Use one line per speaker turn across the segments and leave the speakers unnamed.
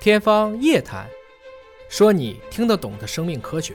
天方夜谭，说你听得懂的生命科学。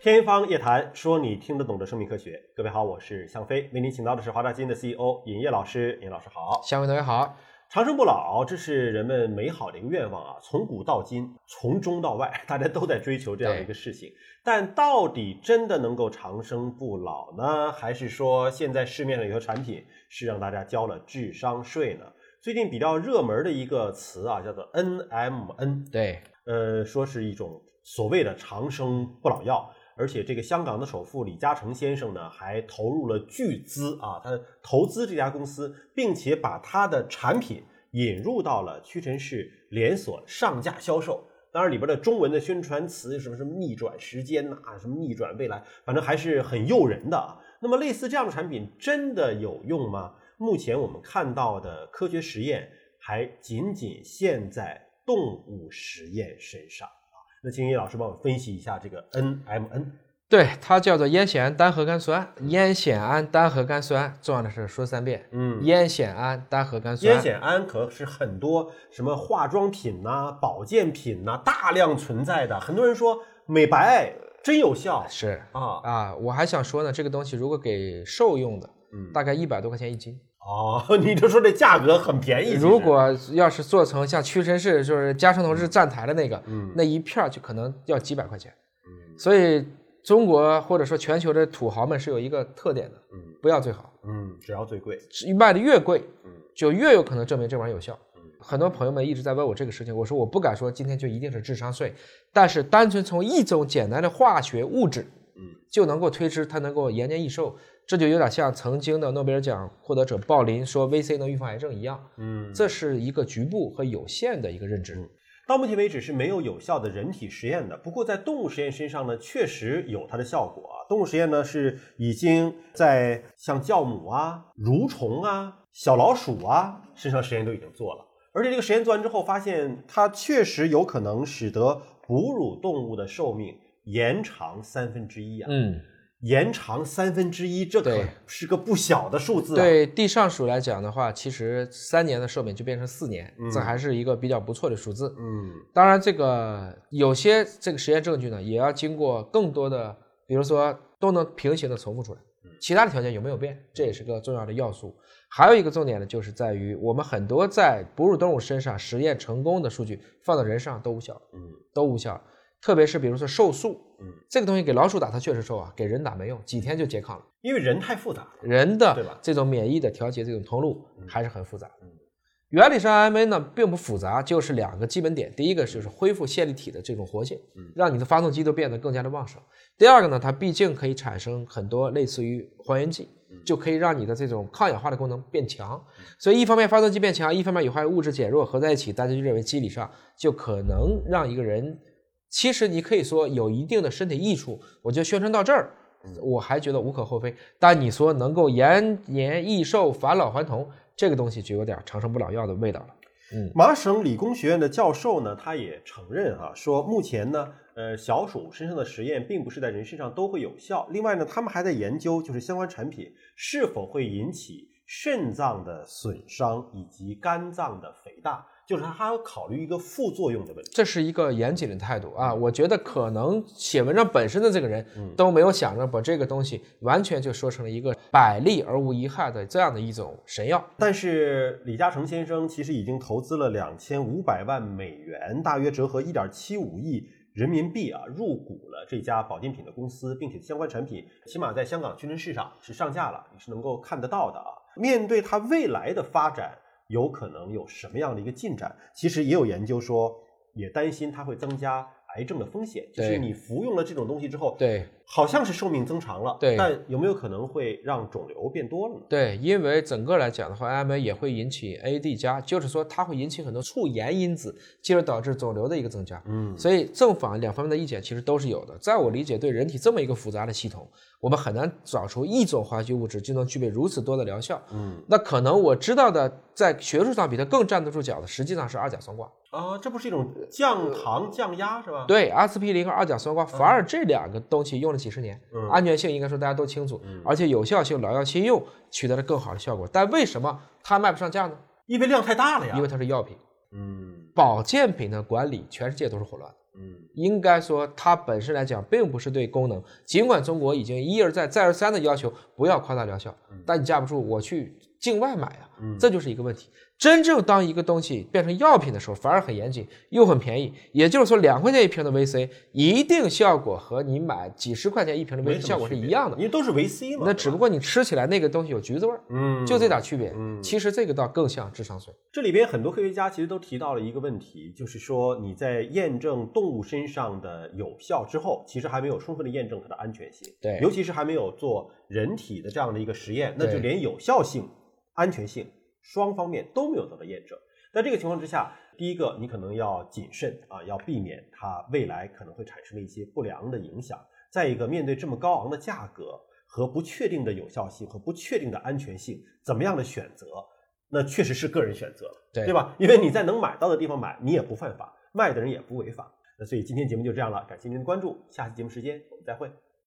天方夜谭，说你听得懂的生命科学。各位好，我是向飞，为您请到的是华大基因的 CEO 尹烨老师。尹老师好，
下位同学好，
长生不老，这是人们美好的一个愿望啊！从古到今，从中到外， 大家都在追求这样的一个事情。但到底真的能够长生不老呢？还是说现在市面上有些产品是让大家交了智商税呢？最近比较热门的一个词啊，叫做 NMN，
对，
呃，说是一种所谓的长生不老药。而且这个香港的首富李嘉诚先生呢，还投入了巨资啊，他投资这家公司，并且把他的产品引入到了屈臣氏连锁上架销售。当然，里边的中文的宣传词什么什么逆转时间呐、什么逆转未来，反正还是很诱人的啊。那么，类似这样的产品真的有用吗？目前我们看到的科学实验还仅仅限在动物实验身上。啊那请叶老师帮我分析一下这个 NMN。
对，它叫做烟酰胺单核苷酸，烟酰胺单核苷酸，重要的是说三遍，
嗯
烟酰胺单核苷酸
烟，酰胺可是很多什么化妆品呐、保健品呐、大量存在的。很多人说美白真有效
是
啊，
啊，我还想说呢，这个东西如果给兽用的，
嗯
大概一百多块钱一斤，
哦， 你就说这价格很便宜。其实
如果要是做成像屈臣氏就是嘉诚同志站台的那个，
嗯
那一片儿就可能要几百块钱，
嗯
所以中国或者说全球的土豪们是有一个特点的，
嗯
不要最好，
嗯，只要最贵，
是卖的越贵，
嗯
就越有可能证明这玩意儿有效
嗯。
很多朋友们一直在问我这个事情，我说我不敢说今天就一定是智商税，但是单纯从一种简单的化学物质，
嗯，
就能够推知它能够延年益寿，这就有点像曾经的诺贝尔奖获得者鲍林说 VC 能预防癌症一样，
嗯，
这是一个局部和有限的一个认知。
到目前为止是没有有效的人体实验的。不过在动物实验身上呢，确实有它的效果啊。动物实验呢是已经在像酵母啊、蠕虫啊、小老鼠啊身上实验都已经做了，而且这个实验做完之后发现，它确实有可能使得哺乳动物的寿命延长三分之一啊。
嗯，
延长三分之一，这可
对
是个不小的数字啊！，
对地上鼠来讲的话，其实三年的寿命就变成四年，这还是一个比较不错的数字。
嗯
当然，这个有些这个实验证据呢，也要经过更多的，比如说都能平行的重复出来，其他的条件有没有变，这也是个重要的要素。还有一个重点呢，就是在于我们很多在哺乳动物身上实验成功的数据，放到人上都无效，
嗯
都无效。特别是比如说瘦素，
嗯，
这个东西给老鼠打它确实瘦啊，给人打没用，几天就拮抗了。
因为人太复杂了。
人
对
的
吧
这种免疫的调节这种通路还是很复杂
嗯。
原理上 RMA 呢并不复杂，就是两个基本点，第一个就是恢复线粒体的这种活性
嗯，
让你的发动机都变得更加的旺盛。第二个呢，它毕竟可以产生很多类似于还原剂，
嗯
就可以让你的这种抗氧化的功能变强。所以一方面发动机变强，一方面有害物质减弱合在一起，大家就认为机理上就可能让一个人，其实你可以说有一定的身体益处。我觉得宣传到这儿，我还觉得无可厚非。但你说能够延年益寿、返老还童，这个东西就有点长生不老药的味道了。
麻省理工学院的教授呢，他也承认啊，说目前呢，呃，小鼠身上的实验并不是在人身上都会有效。另外呢，他们还在研究，就是相关产品是否会引起肾脏的损伤以及肝脏的肥大，就是他还要考虑一个副作用的问题。
这是一个严谨的态度啊！我觉得可能写文章本身的这个人
嗯
都没有想着把这个东西完全就说成了一个百利而无一害的这样的一种神药。
但是李嘉诚先生其实已经投资了两千五百万美元，大约折合一点七五亿人民币啊，入股了这家保健品的公司，并且相关产品起码在香港屈臣氏上是上架了，你是能够看得到的啊。面对它未来的发展，有可能有什么样的一个进展？其实也有研究说，也担心它会增加癌症的风险，就是
对
你服用了这种东西之后，
对
好像是寿命增长了，
对
但有没有可能会让肿瘤变多了呢？
对，因为整个来讲的话，AMA 也会引起 AD 加，就是说它会引起很多促炎因子，进而导致肿瘤的一个增加。
嗯
所以正反两方面的意见其实都是有的。在我理解，对人体这么一个复杂的系统，我们很难找出一种化学物质就能具备如此多的疗效。
嗯。
那可能我知道的，在学术上比它更站得住脚的，实际上是二甲双胍。
啊，这不是一种降糖降压是吧？，
呃对，阿司匹林和二甲双胍，反而这两个东西用了几十年，
嗯
安全性应该说大家都清楚，而且有效性老药新用取得了更好的效果。但为什么它卖不上价呢？
因为量太大了呀。
因为它是药品，
嗯
保健品的管理，全世界都是混乱的。
嗯
应该说，它本身来讲，并不是对功能。尽管中国已经一而再、再而三的要求不要夸大疗效，但你架不住我去境外买啊，
嗯
这就是一个问题。真正当一个东西变成药品的时候，反而很严谨，又很便宜。也就是说，两块钱一瓶的维 C，一定效果和你买几十块钱一瓶的维
没
C
什么
效果是
区别
一样的
因。为都是维 C 嘛，
那
对
只
吧
不过你吃起来那个东西有橘子味儿，
嗯，
就这点区别。
嗯
其实这个倒更像智商税。
这里边很多科学家其实都提到了一个问题，就是说你在验证动物身上的有效之后，其实还没有充分的验证它的安全性，
对
尤其是还没有做人体的这样的一个实验，那
对
就连有效性、安全性双方面都没有得到验证。在这个情况之下，第一个你可能要谨慎啊，要避免它未来可能会产生的一些不良的影响。再一个，面对这么高昂的价格和不确定的有效性和不确定的安全性，怎么样的选择，那确实是个人选择，
对
吧？因为你在能买到的地方买，你也不犯法，卖的人也不违法。那所以今天节目就这样了，感谢您的关注，下期节目时间我们再会。